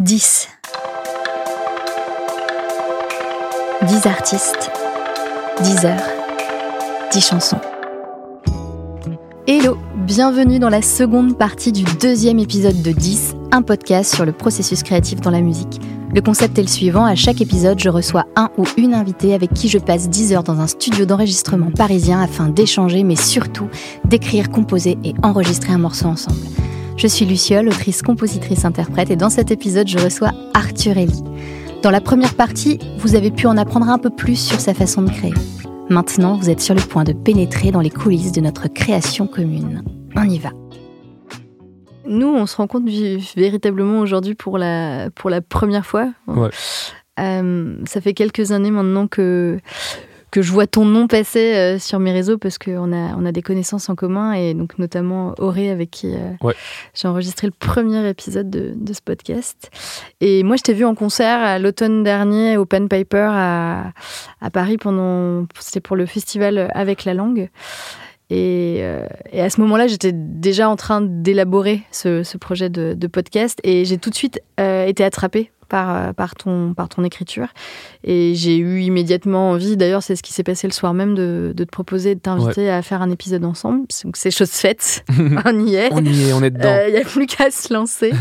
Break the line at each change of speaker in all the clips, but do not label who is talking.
10. 10 artistes, 10 heures, 10 chansons. Hello, bienvenue dans la seconde partie du deuxième épisode de 10, un podcast sur le processus créatif dans la musique. Le concept est le suivant, à chaque épisode je reçois un ou une invitée avec qui je passe 10 heures dans un studio d'enregistrement parisien afin d'échanger mais surtout d'écrire, composer et enregistrer un morceau ensemble. Je suis Luciole, autrice, compositrice, interprète, et dans cet épisode, je reçois Arthur Ellie. Dans la première partie, vous avez pu en apprendre un peu plus sur sa façon de créer. Maintenant, vous êtes sur le point de pénétrer dans les coulisses de notre création commune. On y va. Nous, on se rencontre vi- véritablement aujourd'hui pour la, pour la première fois.
Ouais.
Euh, ça fait quelques années maintenant que, que je vois ton nom passer euh, sur mes réseaux parce qu'on a, on a des connaissances en commun et donc notamment Auré avec qui euh,
Ouais.
j'ai enregistré le premier épisode de, de ce podcast. Et moi, je t'ai vu en concert à l'automne dernier au Pen Piper à, à Paris pendant. C'était pour le festival Avec la langue. Et, euh, et à ce moment-là, j'étais déjà en train d'élaborer ce, ce projet de, de podcast et j'ai tout de suite euh, été attrapée par, euh, par, ton, par ton écriture. Et j'ai eu immédiatement envie, d'ailleurs, c'est ce qui s'est passé le soir même, de, de te proposer, de t'inviter à faire un épisode ensemble. Donc c'est chose faite, on y est.
on y est, on est
Euh, Il
Euh,
dedans.
n'y a plus qu'à se lancer.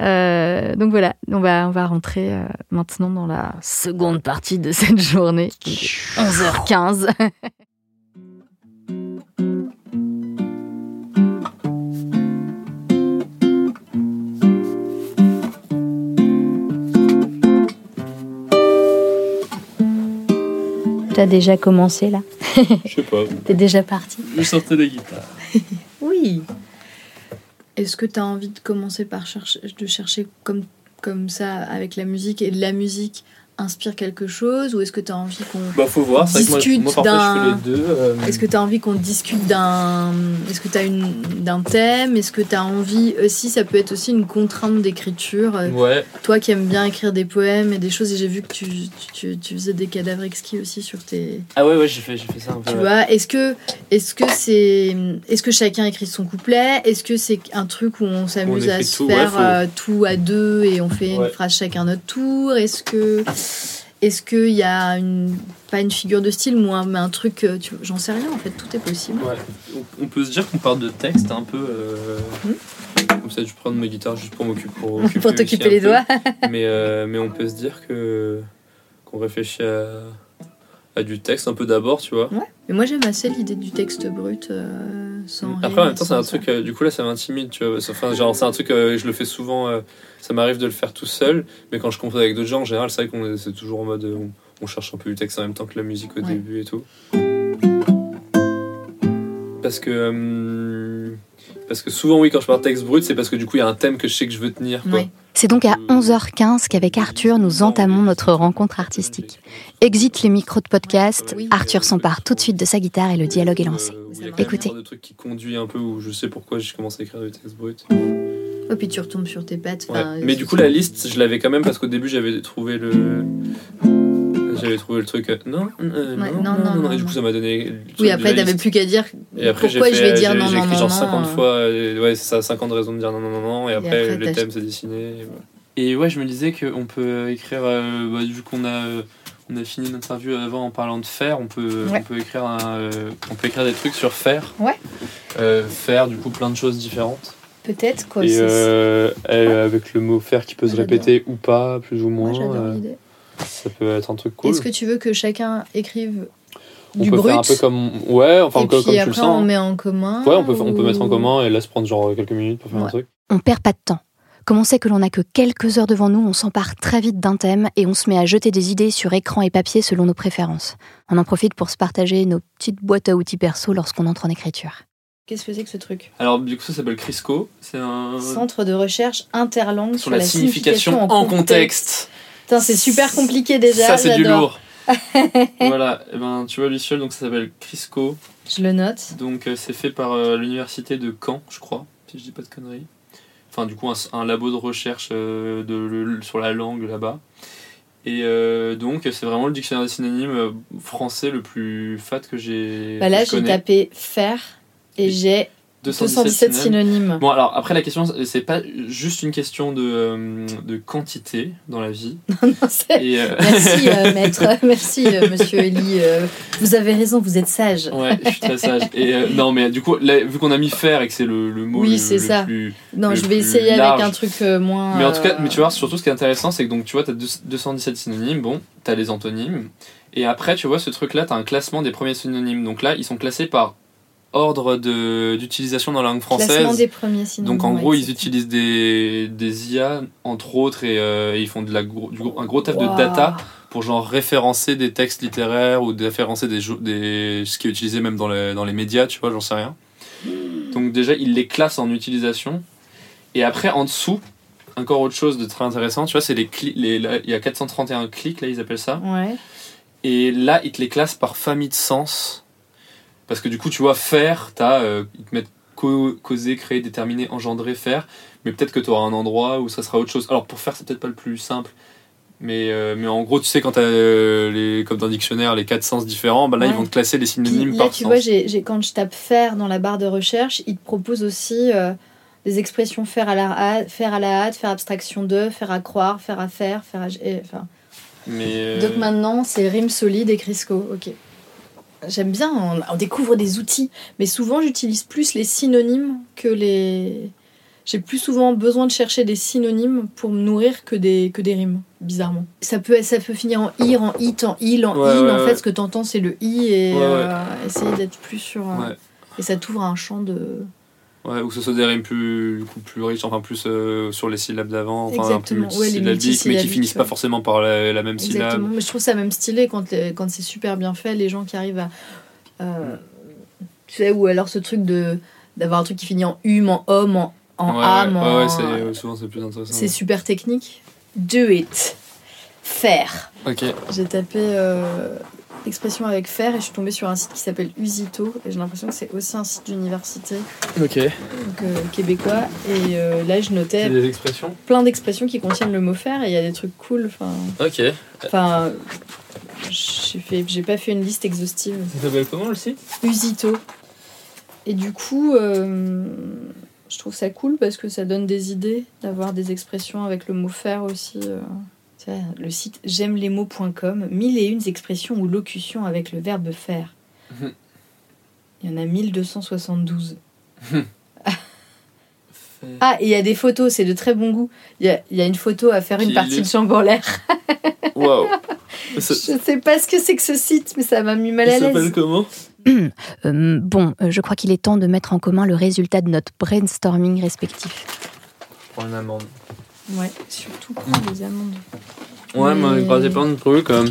Euh, donc voilà, on va, on va rentrer euh, maintenant dans la seconde partie de cette journée. 11h15. T'as déjà commencé là
Je sais pas,
T'es déjà parti
je sortais la guitare.
Oui. Est-ce que tu as envie de commencer par chercher, de chercher comme, comme ça avec la musique et de la musique inspire quelque chose ou est-ce que tu as envie qu'on
Bah faut voir, c'est vrai que moi,
Discute
moi parfois
d'un-
je fais les deux. euh,
est-ce que tu envie qu'on discute d'un est-ce que tu une d'un thème est-ce que tu as envie aussi ça peut être aussi une contrainte d'écriture Euh,
Ouais,
toi qui aimes bien écrire des poèmes et des choses et j'ai vu que tu, tu, tu faisais des cadavres exquis aussi sur tes
ah ouais, ouais, j'ai fait, j'ai fait ça un peu.
Tu
ouais.
vois, est-ce que est-ce que c'est est-ce que chacun écrit son couplet Est-ce que c'est un truc où on s'amuse
On
à
écrit
se
tout, ouais,
faire
faut-
euh, tout à deux et on fait
Ouais.
une phrase chacun notre tour Est-ce que est-ce qu'il y a une pas une figure de style moi mais un truc euh, tu- j'en sais rien en fait tout est possible.
Ouais. On- On peut se dire qu'on part de texte un peu. euh, Comme ça, je prends ma guitare juste pour m'occuper. Pour, occuper
Hmm Pour
aussi
t'occuper
un
les
peu.
doigts.
mais, euh, mais on peut se dire que qu'on réfléchit à, à du texte un peu d'abord, tu vois.
Mais moi j'aime assez l'idée du texte brut euh, sans
Après,
rime,
en même temps, c'est
sans
un
ça.
truc, euh, du coup, là, ça m'intimide, tu vois. parce que, Enfin, genre, c'est un truc, euh, je le fais souvent, euh, ça m'arrive de le faire tout seul, mais quand je compose avec d'autres gens, en général, c'est vrai qu'on est, c'est toujours en mode, euh, on, on cherche un peu du texte en même temps que la musique au
Ouais.
début et tout. Parce que. hum, parce que souvent, oui, quand je parle texte brut, c'est parce que du coup, il y a un thème que je sais que je veux tenir, quoi.
Ouais.
C'est donc à 11h15 qu'avec Arthur, nous entamons notre rencontre artistique. Exit les micros de podcast,
Oui.
Arthur s'empare tout de suite de sa guitare et le dialogue est lancé.
Euh, où il y a quand même
Écoutez.
une sorte de truc qui conduit un peu où je sais pourquoi j'ai commencé à écrire du texte brut.
Oh, puis tu retombes sur tes pattes.
Ouais.
enfin, euh,
Mais du coup, la liste, je l'avais quand même parce qu'au début, j'avais trouvé le. J'avais trouvé le truc. euh, Non, euh,
Ouais,
non,
non,
non,
non,
non,
non,
Et du coup,
non.
ça m'a donné. le truc
oui
de
après
la
t'avais
liste.
plus qu'à dire
Et après, j'ai
pourquoi je
fait-
vais dire
j'ai-
non
J'ai
non
écrit
non
genre
non.
50
euh.
fois. euh, Ouais, c'est ça, 50 raisons de dire non, non, non, non. Et, après,
après,
le
t'as-
thème s'est dessiné. Et, voilà. Et ouais, je me disais qu'on peut écrire. euh, bah, vu qu'on a. euh, On a fini l'interview avant en parlant de faire. On peut,
Ouais.
on peut, écrire, un, euh, on peut écrire des trucs sur faire.
Ouais.
Euh, faire, du coup, plein de choses différentes.
Peut-être quoi.
Et
c'est-
euh, elle, avec le mot faire qui peut se
J'adore.
répéter ou pas, plus ou
Moi,
moins,
j'adore
euh,
l'idée.
ça peut être un truc cool.
Est-ce que tu veux que chacun écrive
on
du
peut
brut
faire un peu comme. Ouais, enfin,
et
comme,
puis
comme tu
après
le
on
sens.
met en commun
Ouais, on peut, on peut mettre en
ou-
commun et là se prendre genre quelques minutes pour faire
Ouais.
un truc.
On perd pas de temps. Comme on sait que l'on n'a que quelques heures devant nous, on s'empare très vite d'un thème et on se met à jeter des idées sur écran et papier selon nos préférences. On en profite pour se partager nos petites boîtes à outils perso lorsqu'on entre en écriture.
Qu'est-ce que c'est que ce truc
Alors, du coup, ça s'appelle Crisco. C'est un.
Centre de recherche interlangue sur la signification, Putain, c'est super compliqué déjà.
Ça, c'est du
j'adore.
lourd. voilà, et ben, tu vois, Luciole, donc ça s'appelle Crisco.
Je le note.
Donc euh, c'est fait par euh, l'université de Caen, je crois, si je dis pas de conneries. Enfin, du coup, un, un labo de recherche euh, de, le- sur la langue là-bas. Et euh, donc, c'est vraiment le dictionnaire des synonymes euh, français le plus fat que j'ai.
Bah là,
que je
j'ai
connais.
tapé faire et j'ai
217 synonymes.
synonymes.
Bon, alors après, la question, c'est pas juste une question de, euh, de quantité dans la vie.
Non, c'est-
Et, euh,
Merci, euh, maître. Merci, euh, monsieur Eli. euh, vous avez raison, vous êtes sage.
Ouais, je suis très sage. Et euh, non, mais du coup, là, vu qu'on a mis faire et que c'est le, le mot
Oui,
le-
c'est
le
ça.
plus-
Non,
Le
je
plus
vais essayer
large.
avec un truc euh, moins.
Mais en tout cas,
euh,
mais tu vois, surtout ce qui est intéressant, c'est que donc tu vois, t'as deux- 217 synonymes, bon, t'as les antonymes, et après, tu vois, ce truc-là, t'as un classement des premiers synonymes. Donc là, ils sont classés par ordre de- d'utilisation dans la langue
euh, classement
française.
des premiers synonymes.
Donc en
ouais,
gros, ils
exactement.
utilisent des, des IA, entre autres, et, euh, et ils font de la, gro- du gros- un gros taf de
Waouh.
data pour genre référencer des textes littéraires ou de référencer des, jo- des ce qui est utilisé même dans les, dans les médias, tu vois, j'en sais rien. Donc déjà, ils les classent en utilisation. Et après, en dessous, encore autre chose de très intéressant, tu vois, c'est les clics, les, là, il y a 431 clics, là, ils appellent ça.
Ouais.
Et là, ils te les classent par famille de sens. Parce que du coup, tu vois, faire, t'as, euh, ils te mettent co- causer, créer, déterminer, engendrer, faire. Mais peut-être que tu auras un endroit où ça sera autre chose. Alors pour faire, c'est peut-être pas le plus simple. Mais, euh, mais en gros, tu sais, quand t'as, euh, les, comme dans un dictionnaire, les quatre sens différents, bah là,
Ouais.
ils vont te classer les
Puis
synonymes
là,
par
tu
sens.
vois, j'ai j'ai- quand je tape faire dans la barre de recherche, il te propose aussi euh, des expressions faire à, la, hâte- faire à la hâte, faire abstraction de, faire à croire, faire à faire, faire à. et- enfin.
mais, euh,
Donc maintenant, c'est rime solide et Crisco. Ok. J'aime bien, on, on découvre des outils, mais souvent j'utilise plus les synonymes que les. J'ai plus souvent besoin de chercher des synonymes pour me nourrir que des, que des rimes, bizarrement. Ça peut, ça peut finir en ir, en it, en il, en
Ouais,
in.
ouais,
en
ouais.
fait, ce que t'entends, c'est le i et
Ouais, ouais.
euh, essayer d'être plus sur. euh,
Ouais.
et ça t'ouvre un champ de.
Ouais, ou que ce soit des rimes plus, du coup, plus riches, enfin plus euh, sur les syllabes d'avant, enfin un peu
Exactement, ouais, les
multisyllabiques, mais qui
multisyllabiques,
finissent pas
ouais.
forcément par la, la même
Exactement.
syllabe.
Mais je trouve ça même stylé quand, les- quand c'est super bien fait, les gens qui arrivent à. euh, tu sais, ou alors ce truc de d'avoir un truc qui finit en hum, en homme, en, en
ouais,
âme.
ouais,
en-
ouais, ouais, c'est- euh, souvent c'est plus intéressant.
Ah, c'est super technique. Do it. Faire.
Ok.
J'ai tapé euh, expression avec faire et je suis tombée sur un site qui s'appelle Usito et j'ai l'impression que c'est aussi un site d'université
Ok.
donc, euh, québécois. Et euh, là, je notais
des expressions
plein d'expressions qui contiennent le mot faire et il y a des trucs cool. Enfin,
Ok.
enfin, j'ai fait, j'ai pas fait une liste exhaustive.
Ça s'appelle comment le site
Usito. Et du coup, euh, je trouve ça cool parce que ça donne des idées d'avoir des expressions avec le mot faire aussi. euh. Tu sais, Le site j'aime les mots.com, mille et une expressions ou locutions avec le verbe faire.
Mhm.
Il y en a 1272.
Mhm.
ah, et il y a des photos, c'est de très bon goût. Il y a, il y a une photo à faire
Qui
une partie de
illustre-
chambre en l'air.
Waouh
Je sais pas ce que c'est que ce site, mais ça m'a mis mal à l'aise.
comment
Euh, bon, euh, je crois qu'il est temps de mettre en commun le résultat de notre brainstorming respectif.
Je prends une amende.
Ouais, surtout prendre des amandes.
Ouais, mais on a
Mais-
croisé plein de trucs. euh,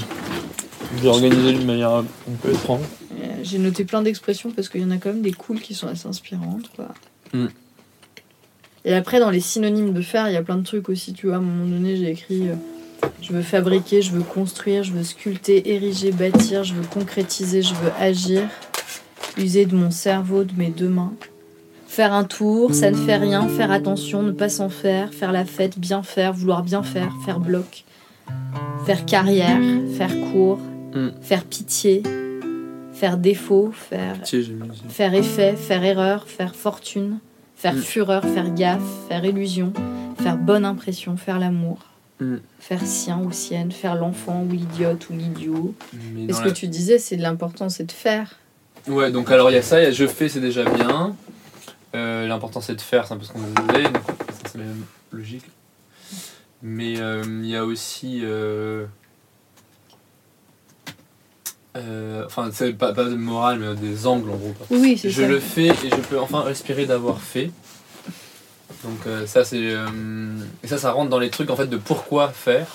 J'ai organisé d'une manière un peu étrange.
Euh, J'ai noté plein d'expressions parce qu'il y en a quand même des cools qui sont assez inspirantes. Quoi.
Mm.
Et après, dans les synonymes de faire, il y a plein de trucs aussi. Tu vois, à un moment donné, j'ai écrit euh, je veux fabriquer, je veux construire, je veux sculpter, ériger, bâtir, je veux concrétiser, je veux agir, user de mon cerveau, de mes deux mains. Faire un tour, ça ne fait rien, faire attention, ne pas s'en faire, faire la fête, bien faire, vouloir bien faire, faire bloc, faire carrière, faire court,
Mm.
faire pitié, faire défaut, faire,
Si, j'ai mis-
faire effet, faire erreur, faire fortune, faire
Mm.
fureur, faire gaffe, faire illusion, faire bonne impression, faire l'amour,
Mm.
faire sien ou sienne, faire l'enfant ou l'idiote ou l'idiot.
mais
Et
dans
ce
la-
que tu disais, c'est de l'important, c'est de faire.
Ouais, donc alors il y a ça, il y a je fais, c'est déjà bien. Euh, L'important c'est de faire, c'est un peu ce qu'on disait, donc ça, c'est la même logique. Mais euh, il y a aussi. euh, euh, Enfin, c'est pas, pas de morale, mais des angles en gros. quoi.
Oui, c'est
Je
ça.
le fais et je peux enfin respirer d'avoir fait. Donc euh, ça c'est euh, et ça ça rentre dans les trucs en fait de pourquoi faire.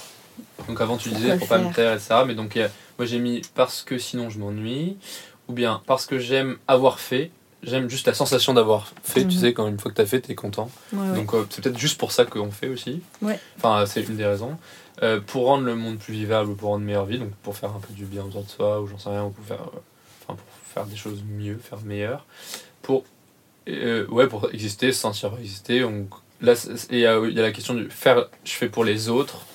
Donc avant tu disais
Pourquoi
pour pas me taire
faire.
etc. Mais donc il y a- moi j'ai mis parce que sinon je m'ennuie ou bien parce que j'aime avoir fait. J'aime juste la sensation d'avoir fait. Tu
Mhm.
sais quand une fois que t'as fait t'es content.
Ouais, ouais.
Donc euh, c'est peut-être juste pour ça qu'on fait aussi.
Ouais.
Enfin euh, c'est une des raisons. Euh, pour rendre le monde plus vivable, pour rendre une meilleure vie, donc pour faire un peu du bien autour de soi, ou j'en sais rien, ou pour faire, euh, enfin, pour faire des choses mieux, faire meilleur. Pour, euh, ouais, pour exister, se sentir exister. Donc, là, c'est- et, euh, il y a la question du faire, je fais pour les autres.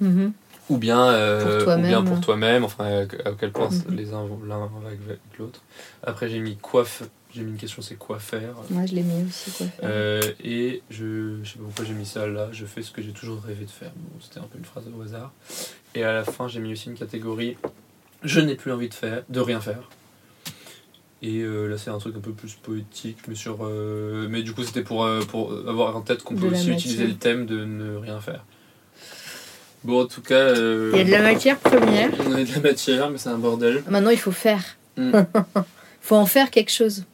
Mhm.
ou bien euh,
Pour
ou bien
toi-même. hein.
pour toi-même enfin à, à quel point
Mhm.
les uns vont l'un avec, avec l'autre après j'ai mis quoi f- j'ai mis une question c'est quoi faire
Moi, je l'ai mis aussi, quoi.
Euh, et je, je sais pas pourquoi j'ai mis ça là je fais ce que j'ai toujours rêvé de faire bon, c'était un peu une phrase au hasard et à la fin j'ai mis aussi une catégorie je n'ai plus envie de faire de rien faire et euh, là c'est un truc un peu plus poétique mais sur euh, mais du coup c'était pour euh, pour avoir en tête qu'on
De
peut
la
aussi
matière.
utiliser le thème de ne rien faire bon en tout cas euh,
Il y a de la matière première.
on a de la matière, mais c'est un bordel.
Maintenant, il faut faire.
Mm.
faut en faire quelque chose.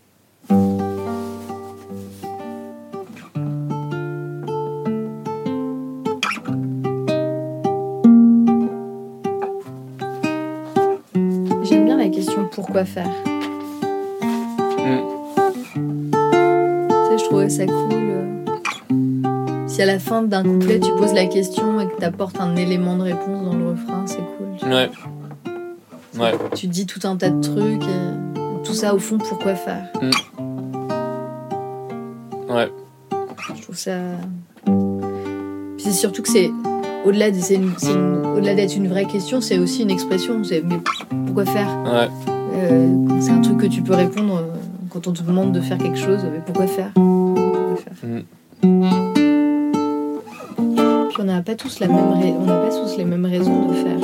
J'aime bien la question pourquoi faire. Tu sais, je trouvais ça cool. euh, Si à la fin d'un couplet tu poses la question et que t'apportes un élément de réponse dans le refrain, c'est cool. tu vois.
Ouais. Ouais.
Tu dis tout un tas de trucs et tout ça au fond pourquoi faire.
Ouais.
Je trouve ça. Puis C'est surtout que c'est au-delà de c'est une- c'est une- au-delà d'être une vraie question, c'est aussi une expression. C'est mais pourquoi faire
Ouais.
Euh, C'est un truc que tu peux répondre euh, quand on te demande de faire quelque chose. Mais pourquoi faire Pourquoi faire
Mm.
Puis on n'a pas tous la même rai- on n'a pas tous les mêmes raisons de faire.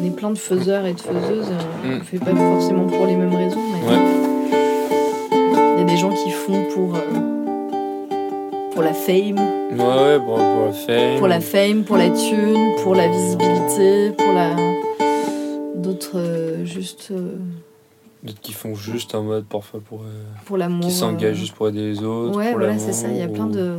On est plein de faiseurs et de faiseuses. euh,
Mm.
On fait pas forcément pour les mêmes raisons, mais
Ouais.
il y a des gens qui font pour euh, pour la fame.
Ouais, ouais, bon, pour le faire.
pour la fame, pour la thune, pour la visibilité, pour la d'autres euh, juste euh,
D'autres qui font juste en mode parfois pour. euh,
pour l'amour.
qui s'engagent
euh,
juste pour aider les autres.
Ouais,
pour
voilà,
l'amour,
c'est ça. Il y a plein
ou
de.
Pour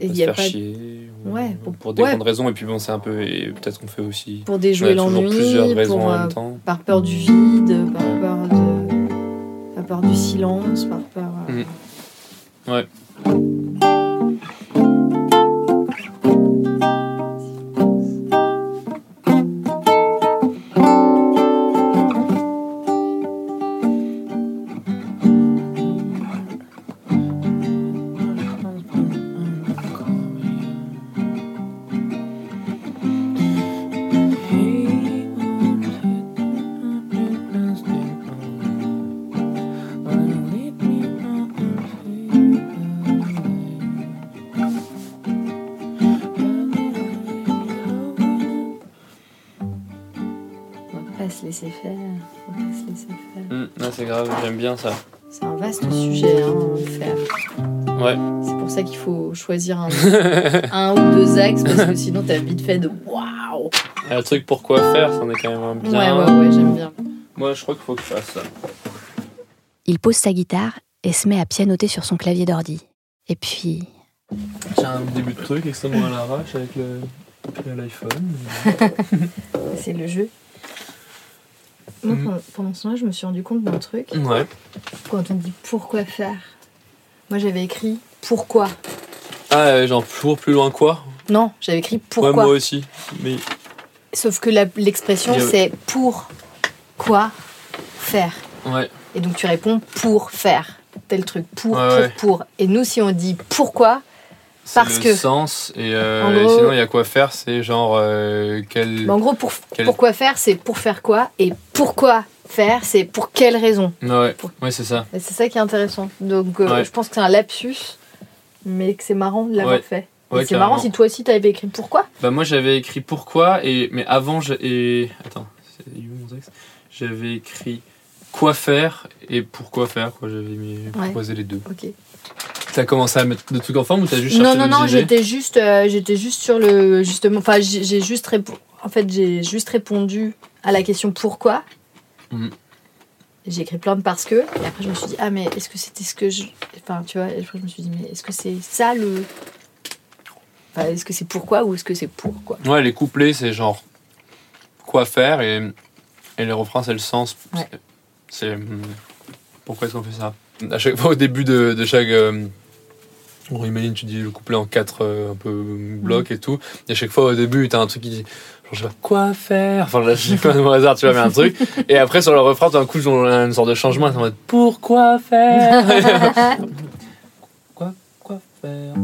et
pas
il
se
y a
faire
pas de-
chier. ou-
Ouais,
Pour,
pour-
des
ouais.
grandes raisons, et puis bon, c'est un peu. Et peut-être qu'on fait aussi.
pour déjouer
On a toujours
l'ennui,
plusieurs raisons
pour,
en
euh,
même temps.
par peur du vide, par peur de, par peur du silence, par peur. euh,
Ouais. Mm,
On va pas se laisser faire. On va pas se laisser faire.
Mm, non, c'est grave, j'aime bien ça.
C'est un vaste sujet, hein, faire.
Ouais.
C'est pour ça qu'il faut choisir un, un ou deux axes parce que sinon t'as vite fait de waouh.
Et Ah, le truc pourquoi faire, c'en est quand même un bien.
Ouais, ouais, ouais, j'aime bien.
Moi, je crois qu'il faut que je fasse ça.
Il pose sa guitare et se met à pianoter sur son clavier d'ordi. Et puis,
J'ai un début de truc extrêmement à l'arrache avec le. l'iPhone.
C'est le jeu. Moi,
Mm.
pendant, pendant ce temps-là, je me suis rendu compte d'un truc.
Ouais.
Quand on dit pourquoi faire, moi j'avais écrit pourquoi.
Ah, euh, genre, pour plus loin quoi
Non, j'avais écrit
Ouais,
pourquoi.
moi aussi. Mais
Sauf que la- l'expression
Il y a-
c'est pour quoi faire.
ouais.
Et donc tu réponds pour faire tel truc, pour,
Ouais,
pour,
ouais.
pour. Et nous, si on dit pourquoi,
C'est
Parce
le
que-
sens et, euh,
En
et
gros-
sinon il y a quoi faire c'est genre euh, quel
bah, en gros, pour,
Quel-
pourquoi faire, c'est pour faire quoi. Et pourquoi faire, c'est pour quelle raison.
ouais
pour-
ouais c'est ça
Et c'est ça qui est intéressant. Donc euh,
Ouais.
je pense que c'est un lapsus, mais que c'est marrant de l'avoir
Ouais.
fait. Et
Ouais,
c'est marrant
carrément.
si toi aussi t'avais écrit pourquoi.
bah moi j'avais écrit pourquoi et mais avant j'ai et... attends c'est il est où mon texte j'avais écrit quoi faire et pourquoi faire quoi j'avais mis proposé les deux
Ok.
t'as commencé à mettre le truc en forme ou t'as juste
Non
cherché
non
d'autres
non,
idées
j'étais juste, euh, j'étais juste sur le justement. Enfin, j'ai j'ai juste répo- En fait, j'ai juste répondu à la question pourquoi.
Mhm.
Et J'ai écrit plein de parce que. Et après, je me suis dit ah mais est-ce que c'était ce que je. Enfin, tu vois. Et après, je me suis dit mais est-ce que c'est ça le. Enfin, est-ce que c'est pourquoi ou est-ce que c'est pour quoi.
ouais les couplets c'est genre quoi faire et, et les refrains c'est le sens
Ouais.
c'est hum, pourquoi est-ce qu'on fait ça à chaque fois au début de, de chaque euh, on imagine tu dis le couplet en quatre euh, un peu blocs et tout et à chaque fois au début t'as un truc qui dit genre, je sais pas quoi faire enfin là j'ai pas au hasard tu vois mais un truc et après sur le refrain d'un coup on a une sorte de changement c'est en mode pourquoi faire quoi quoi faire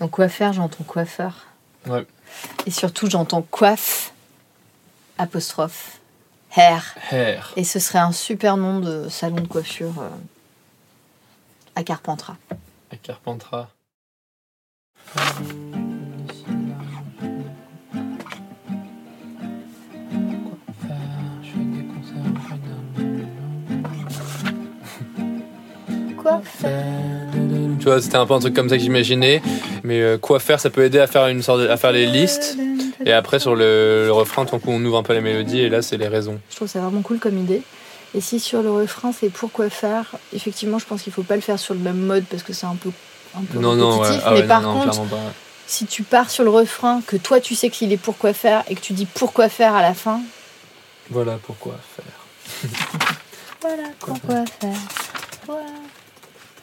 Donc coiffeur, j'entends coiffeur.
Ouais.
Et surtout, j'entends coiffe, apostrophe, hair.
Hair.
Et ce serait un super nom de salon de coiffure euh, à Carpentras.
À Carpentras.
Quoi
Tu vois, c'était un peu un truc comme ça que j'imaginais. Mais euh, quoi faire, ça peut aider à faire une sorte de- à faire les listes. Et après sur le, le refrain, tant qu'on ouvre un peu les mélodies, et là c'est les raisons.
Je trouve ça vraiment cool comme idée. Et si sur le refrain c'est pourquoi faire, effectivement je pense qu'il faut pas le faire sur le même mode parce que c'est un peu un peu
Non, non, ouais.
répétitif.
Ah
mais
ouais,
par
non, non,
contre,
clairement pas.
si tu pars sur le refrain, que toi tu sais qu'il est pourquoi faire et que tu dis pourquoi faire à la fin,
Voilà pourquoi faire.
voilà pourquoi faire, voilà,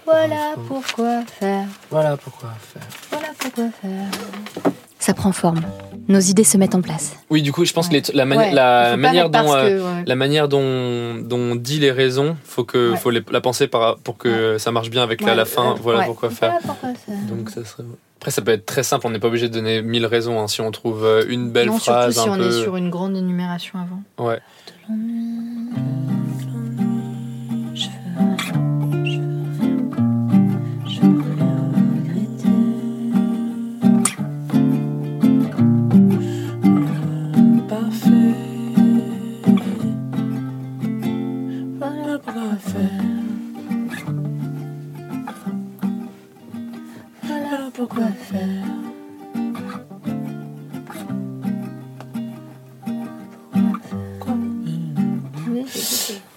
voilà pourquoi faire,
Voilà pourquoi faire.
voilà pourquoi faire.
Ça prend forme. Nos idées se mettent en place.
Oui, du coup, je pense
Ouais.
que les- la, mani-
Ouais, faut
la
pas
manière
mettre parce
dont euh,
que, ouais.
la manière dont, dont on dit les raisons, faut que
Ouais.
faut les- la penser par, pour que ça marche bien avec la-
Ouais,
la fin.
euh,
voilà
ouais.
pourquoi faire.
Voilà pourquoi faire.
Donc ça serait. Après, ça peut être très simple. On n'est pas obligé de donner mille raisons. hein. Si on trouve euh, une belle
non, surtout
phrase,
si
un
on
peu.
est sur une grande énumération avant.
Ouais.
De l'ennui, je veux rien, je veux rien, je veux rien regretter. Voilà pourquoi faire. Voilà pourquoi faire.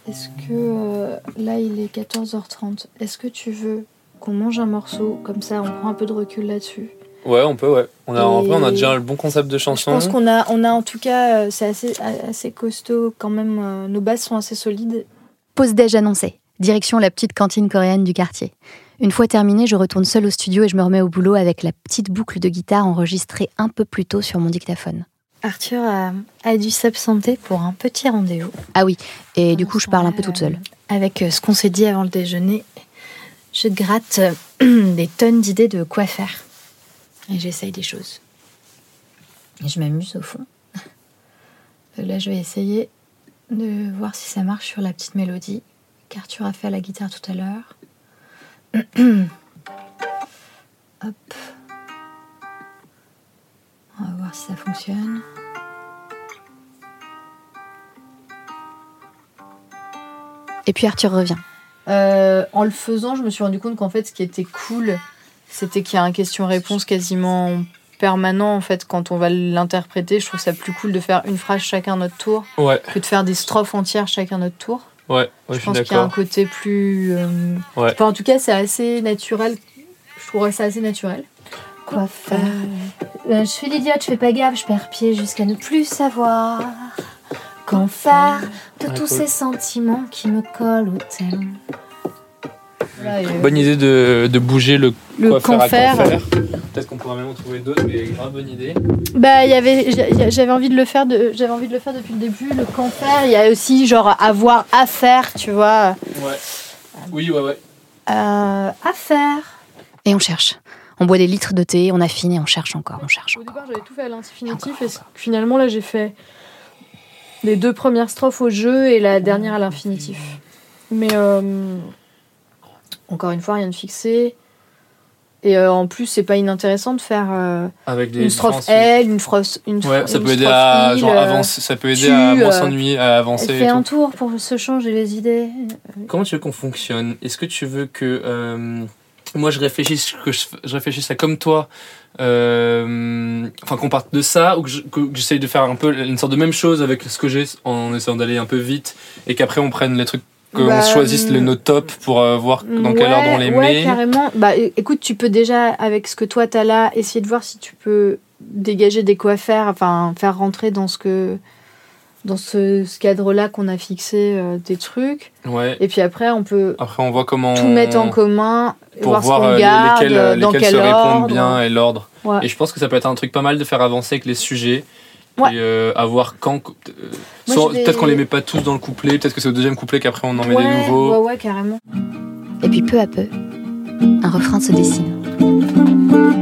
Est-ce que euh, là il est 14h30 Est-ce que tu veux qu'on mange un morceau comme ça on prend un peu de recul là-dessus
Ouais, on peut. Ouais. On a en
Et-
vrai, on a déjà le bon concept de
Je
chanson.
pense qu'on a on a en tout cas euh, c'est assez a- assez costaud quand même euh, nos bases sont assez solides.
Pause déj annoncée. Direction la petite cantine coréenne du quartier. Une fois terminée, je retourne seule au studio et je me remets au boulot avec la petite boucle de guitare enregistrée un peu plus tôt sur mon dictaphone.
Arthur a, a dû s'absenter pour un petit rendez-vous
Ah oui, et du coup, je parle un peu toute seule.
avec euh, ce qu'on s'est dit avant le déjeuner. Je gratte euh, des tonnes d'idées de quoi faire et j'essaye des choses. Et je m'amuse au fond. Euh, Là, je vais essayer de voir si ça marche sur la petite mélodie qu'Arthur a fait à la guitare tout à l'heure. Hop. On va voir si ça fonctionne.
Et puis Arthur revient.
Euh, en le faisant, je me suis rendu compte qu'en fait, ce qui était cool, c'était qu'il y a un question-réponse quasiment permanent. En fait, quand on va l'interpréter, je trouve ça plus cool de faire une phrase chacun notre tour
Ouais,
que de faire des strophes entières chacun notre tour.
ouais, ouais, je
je
suis
pense qu'il y a un
d'accord.
côté plus. euh,
Ouais.
enfin, en tout cas, c'est assez naturel. Je trouverais ça assez naturel.
Quoi faire Euh, Je suis l'idiote, je fais pas gaffe, je perds pied jusqu'à ne plus savoir qu'en faire de
Ouais,
tous
cool.
ces sentiments qui me collent au thème.
Voilà, et, euh,
Bonne idée de, de bouger le
le
Bah, quoi faire à
canfer.
quoi faire. Peut-être qu'on pourra même en trouver d'autres, mais grave bonne idée.
Bah, il y avait, j'a- j'a- j'avais envie de le faire, de, j'avais envie de le faire depuis le début. Le canfer, il y a aussi genre avoir à faire, tu vois,
Ouais.
Ah.
Oui, ouais, ouais.
euh, à faire.
Et on cherche. On boit des litres de thé, on affine et on cherche encore, on cherche
Au
encore.
départ, j'avais tout fait à l'infinitif et finalement, là, j'ai fait les deux premières strophes au jeu et la dernière à l'infinitif. Mais euh, encore une fois, rien de fixé. Et euh, en plus, c'est pas inintéressant de faire euh,
Avec des
une strophe
différences,
L, une phrase. Une
Ouais,
fro-
ça
une
peut aider
strophe
à
il,
genre
euh,
avancer, ça peut aider
tu,
à moins
euh,
s'ennuyer, à avancer
Fais
et
un
tout.
tour pour se changer les idées.
Comment tu veux qu'on fonctionne Est-ce que tu veux que euh, moi je réfléchisse, que je, je réfléchisse à comme toi, euh, enfin qu'on parte de ça ou que je- que- que j'essaye de faire un peu une sorte de même chose avec ce que j'ai en essayant d'aller un peu vite et qu'après on prenne les trucs qu'on
Bah,
choisisse
euh,
les nos tops pour euh, voir dans quelle
Ouais,
ordre on les
ouais,
met.
carrément. Bah, é- écoute, tu peux déjà, avec ce que toi t'as là, essayer de voir si tu peux dégager des quoi faire, enfin, faire rentrer dans ce que dans ce, ce cadre-là qu'on a fixé euh, des trucs.
Ouais.
Et puis après, on peut
Après on voit comment
tout mettre en commun, et
Euh, pour voir,
ce qu'on
euh, les-
garde,
lesquels,
euh, dans
lesquels
quel
se
ordre.
répondent bien et l'ordre.
Ouais.
Et je pense que ça peut être un truc pas mal de faire avancer avec les sujets.
Ouais.
Et euh, à voir quand. euh,
Moi,
soit-
je vais-
Peut-être qu'on les met pas tous dans le couplet, peut-être que c'est au deuxième couplet qu'après on en met des
Ouais, bah
nouveaux.
ouais, ouais, carrément.
Et puis peu à peu, un refrain se dessine.
Voilà pourquoi faire.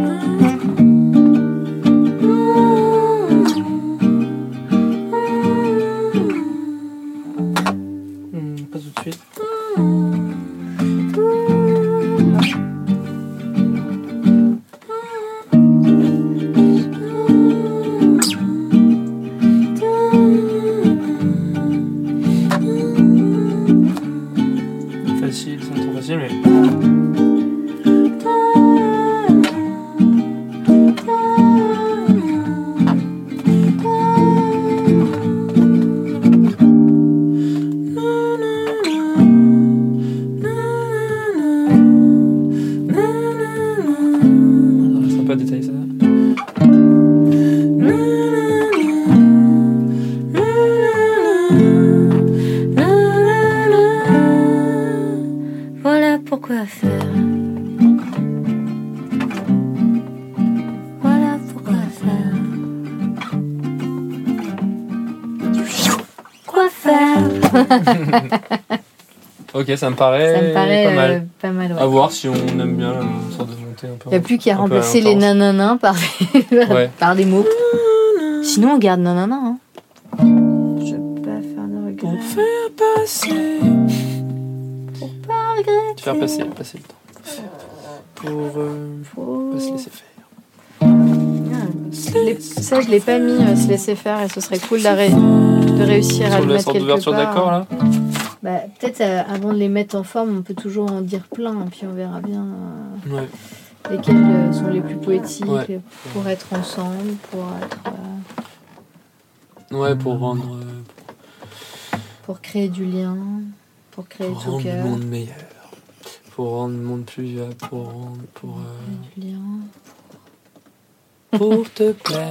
ok, ça me paraît,
ça me paraît
pas mal.
euh, pas mal, ouais.
À voir si on aime bien la sorte de montée un peu.
Il n'y a plus qu'à
un peu
remplacer les
intense.
nananins par des,
Ouais.
par des mots. Sinon, on garde nanana. Hein. Je peux pas faire de regrets.
Pour faire passer.
Pas regret.
Tu faire passer, passer le temps. Pour euh, pas se laisser faire.
Je l'ai- Ça, je l'ai pas mis, euh, se laisser faire, et ce serait cool d'arrêt- de réussir à
Sur
le
la
mettre
sorte
quelque
d'ouverture
part.
d'accord là
Bah,
Peut-être euh, avant de les mettre en forme, on peut toujours en dire plein, puis on verra bien euh,
Ouais.
lesquels euh, sont les plus poétiques
Ouais.
pour être ensemble, pour, être, euh,
Ouais, pour rendre, euh,
pour créer du lien, pour créer
pour
tout
rendre le
cœur.
monde meilleur. Pour rendre le monde plus vivable, pour rendre. Pour, euh,
Créer du lien.
pour te plaire.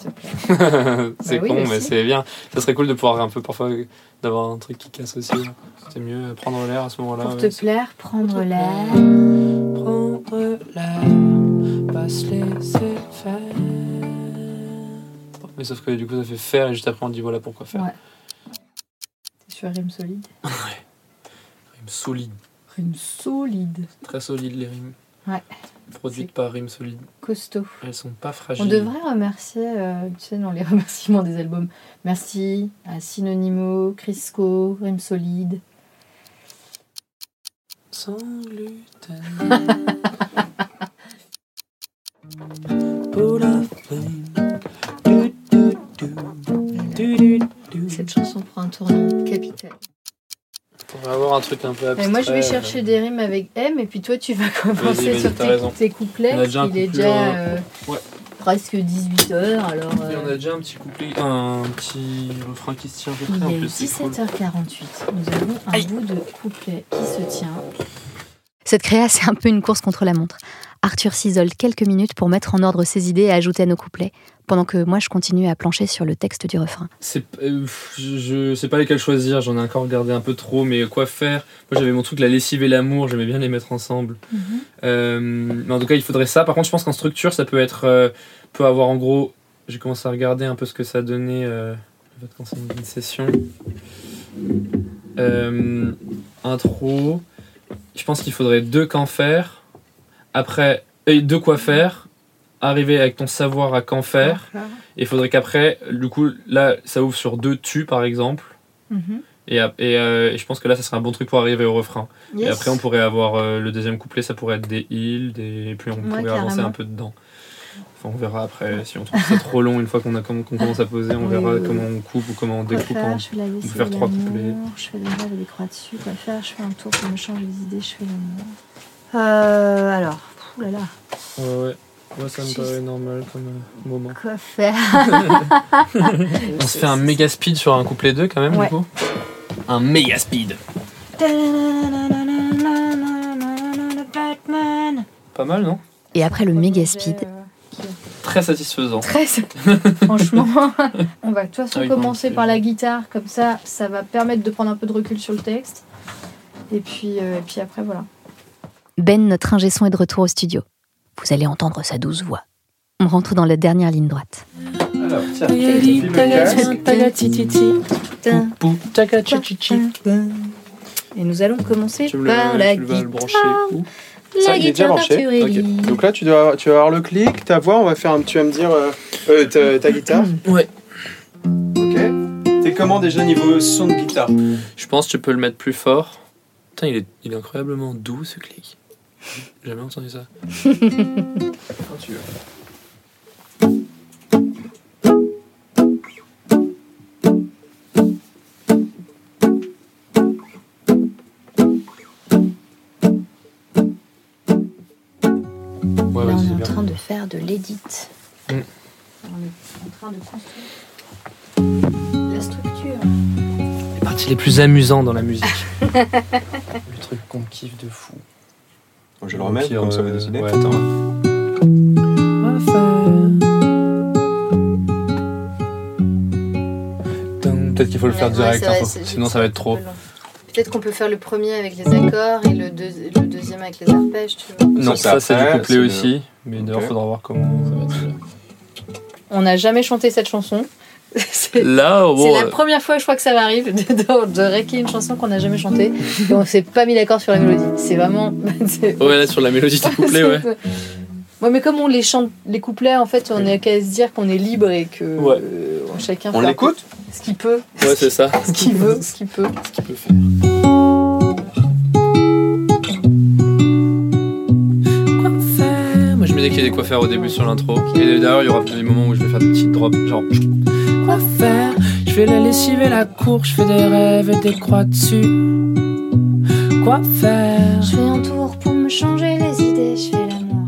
S'il te plaît.
c'est
Bah oui,
con,
aussi.
mais c'est bien. Ça serait cool de pouvoir un peu parfois euh, d'avoir un truc qui casse aussi. là. C'est mieux euh, prendre l'air à ce moment-là.
Pour
ouais,
te
c'est-
plaire, prendre l'air.
Prendre l'air, pas se laisser faire. Mais sauf que du coup, ça fait faire et juste après, on dit voilà pourquoi faire.
Ouais. sur rime solide.
Rime solide,
Rime solide.
très solide les rimes.
Ouais.
Produites par Rime Solide.
Costaud.
Elles sont pas
On
fragiles.
devrait remercier, euh, tu sais, dans les remerciements des albums, merci à Synonymo, Crisco, Rime Solide.
Sans gluten. Pour la flemme. Du, du, du. Du, du, du.
Cette chanson prend un tournant capital.
On va avoir un truc un peu abstrait.
Mais moi, je vais chercher des rimes avec M, et puis toi, tu vas commencer
vas-y,
sur
t'as
tes,
raison.
tes couplets.
On a déjà un
Il
couplet,
est déjà
euh,
euh,
ouais.
presque 18h, alors.
euh, Et on a déjà un petit couplet, un petit refrain qui se tient à peu près
Il
en
est
plus. c'est cool.
17h48. Nous avons un bout de couplet qui se tient.
Cette créa, c'est un peu une course contre la montre. Arthur s'isole quelques minutes pour mettre en ordre ses idées et ajouter à nos couplets, pendant que moi je continue à plancher sur le texte du refrain.
C'est, euh, pff, je- je sais pas lesquels choisir, j'en ai encore regardé un peu trop, mais quoi faire Moi j'avais mon truc, la lessive et l'amour, j'aimais bien les mettre ensemble. Euh, mais en tout cas, il faudrait ça. Par contre, je pense qu'en structure, ça peut être. euh, peut avoir en gros. J'ai commencé à regarder un peu ce que ça donnait. Euh, votre conseil d'une session. Euh, intro. Je pense qu'il faudrait deux qu'en faire. Après, et deux quoi faire. Arriver avec ton savoir à qu'en faire. Et il faudrait qu'après, du coup, là, ça ouvre sur deux tu par exemple.
Mhm.
Et, ap- et, euh, et je pense que là, ça serait un bon truc pour arriver au refrain. Et
Yes.
après, on pourrait avoir euh, le deuxième couplet, ça pourrait être des îles, des... et puis on pourrait avancer
carrément.
un peu dedans. Enfin, on verra après si on trouve que c'est trop long une fois qu'on a qu'on qu'on commence à poser, on
Oui,
verra
oui, oui.
comment on coupe ou comment on
Quoi
découpe.
faire
en-
Je fais la lessive
faire
et
trois
l'amour,
couplets.
Je fais le rêve et les croix dessus. Quoi faire Je fais un tour pour me changer les idées. Je fais l'amour. Euh, alors, oulala,
Ouais, ouais. Moi, ça me
Juste.
paraît normal comme euh, moment.
quoi faire
On se fait un méga speed sur un couplet 2 quand même,
Ouais.
du coup Un méga speed
Batman.
Pas mal, non
Et après le méga speed,
Très satisfaisant.
13 Franchement, on va de toute façon
Ah oui,
commencer
pardon,
par la guitare, comme ça, ça va permettre de prendre un peu de recul sur le texte. Et puis, euh, et puis après, voilà.
Ben, notre ingé son, est de retour au studio. Vous allez entendre sa douce voix. On rentre dans la dernière ligne droite.
Alors, tiens,
Pou, Et nous allons commencer
tu veux
par
le,
la
tu veux le
guitare.
brancher où
La
Ça, il est déjà
guitare
branché.
d'Arthurelli.
Donc là, tu dois avoir- tu vas avoir le clic, ta voix, on va faire un tu vas me dire euh, euh, ta, ta guitare.
Ouais.
Ok. T'es comment déjà niveau son de guitare
Je pense que tu peux le mettre plus fort. Putain, il est, il est incroyablement doux ce clic. J'ai jamais entendu ça.
Quand tu veux.
Ouais,
Là, on
vas-y,
est en
bien.
train de faire de l'édit. On
Mm.
est en train de construire la structure.
Les parties les plus amusantes dans la musique. le truc qu'on kiffe de fou.
Je
le
le
remets,
remets,
Au pire,
comme ça
euh,
va dessiner.
ouais.
Attends.
Peut-être qu'il faut le faire
Ouais,
direct,
c'est vrai,
hein,
c'est-
sinon ça va être trop.
Peut-être qu'on peut faire le premier avec les accords et le, deux- le deuxième avec les arpèges, tu vois.
Non,
Ça,
ça,
c'est
c'est du
après,
couplet
c'est le-
aussi, mais d'ailleurs
Ok.
faudra voir comment ça va être.
On n'a jamais chanté cette chanson. C'est
Là, oh,
C'est
bon,
la première fois, je crois, que ça m'arrive de, de, de réquer une chanson qu'on n'a jamais chantée et on s'est pas mis d'accord sur la mélodie. C'est vraiment. c'est-
euh, ouais, là, sur la mélodie du couplet, ouais.
c'est- Ouais, mais comme on les chante, les couplets, en fait, on est qu'à se dire qu'on est libre et que
Ouais.
euh, chacun
On
fait
l'écoute
ce qu'il peut,
Ouais, c'est ça.
ce qu'il veut, ce qu'il peut.
Ce qu'il peut faire. Coiffeur. Moi, je me disais qu'il y a des coiffeurs au début sur l'intro. Et d'ailleurs, il y aura des moments où je vais faire des petites drops, genre. Quoi faire Je fais la lessive et la cour, je fais des rêves et des croix dessus. Quoi faire
Je fais un tour pour me changer les idées, je fais l'amour.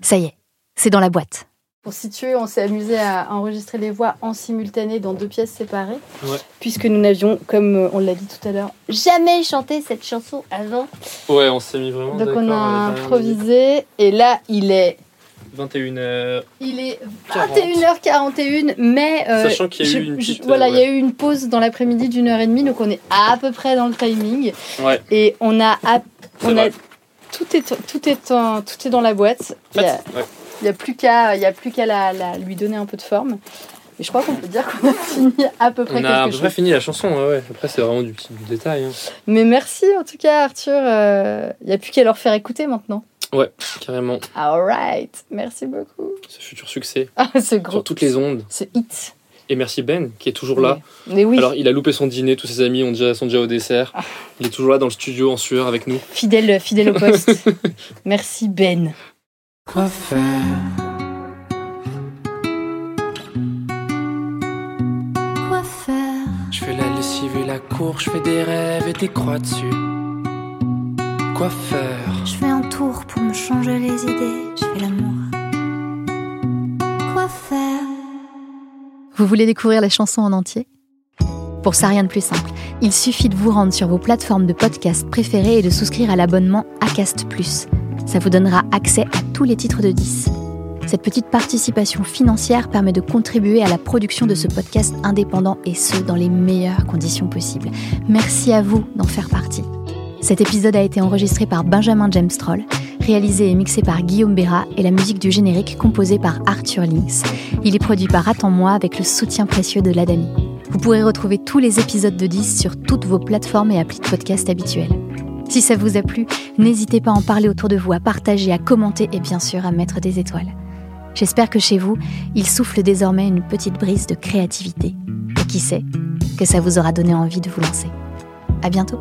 Ça y est, c'est dans la boîte.
Pour situer, on s'est amusé à enregistrer les voix en simultané dans deux pièces séparées,
Ouais.
puisque nous n'avions, comme euh, on l'a dit tout à l'heure, jamais chanté cette chanson avant.
Ouais, on s'est mis vraiment
Donc
d'accord.
on a
euh, dans la musique.
improvisé, Euh, et là il est,
21h.
il est
40.
21h41, mais euh,
Sachant qu'il y a eu
je-
une
je-
petite,
voilà,
euh,
il y a eu une pause dans l'après-midi d'une heure et demie, donc on est à peu près dans le timing,
Ouais.
et on a, à-
C'est
on a
vrai.
tout est, tout est, en- tout est dans la boîte.
En
Il y a-
fait, ouais.
Il n'y a plus qu'à il y a plus qu'à la, la- lui donner un peu de forme. Mais je crois qu'on peut dire qu'on a fini à peu près
On a à peu
quelque
près
chose.
fini la chanson, ouais, ouais. Après, c'est vraiment du petit du détail. hein.
Mais merci en tout cas Arthur. euh, Il n'y a plus qu'à leur faire écouter maintenant.
Carrément,
Alright, merci beaucoup.
ce futur succès
Ah, ce gros,
sur toutes les ondes.
ce hit.
Et merci Ben, qui est toujours là.
Mais oui,
Alors, il a loupé son dîner, tous ses amis ont déjà, sont déjà au dessert. Il est toujours là dans le studio en sueur avec nous.
fidèle, fidèle au poste. merci Ben.
Quoi faire
Quoi faire
Je fais la lessive et la cour, je fais des rêves et des croix dessus. Quoi faire
Je fais un tour pour me changer les idées, je fais l'amour. Quoi faire
Vous voulez découvrir les chansons en entier Pour ça, rien de plus simple. Il suffit de vous rendre sur vos plateformes de podcast préférées et de souscrire à l'abonnement ACAST Plus. Ça vous donnera accès à tous les titres de 10. Cette petite participation financière permet de contribuer à la production de ce podcast indépendant et ce, dans les meilleures conditions possibles. Merci à vous d'en faire partie. Cet épisode a été enregistré par Benjamin James Troll, réalisé et mixé par Guillaume Béra et la musique du générique composée par Arthur Links. Il est produit par Attends-moi avec le soutien précieux de l'Adami. Vous pourrez retrouver tous les épisodes de 10 sur toutes vos plateformes et applis de podcast habituelles. Si ça vous a plu, n'hésitez pas à en parler autour de vous, à partager, à commenter et bien sûr à mettre des étoiles. J'espère que chez vous, il souffle désormais une petite brise de créativité. Et qui sait, que ça vous aura donné envie de vous lancer. À bientôt!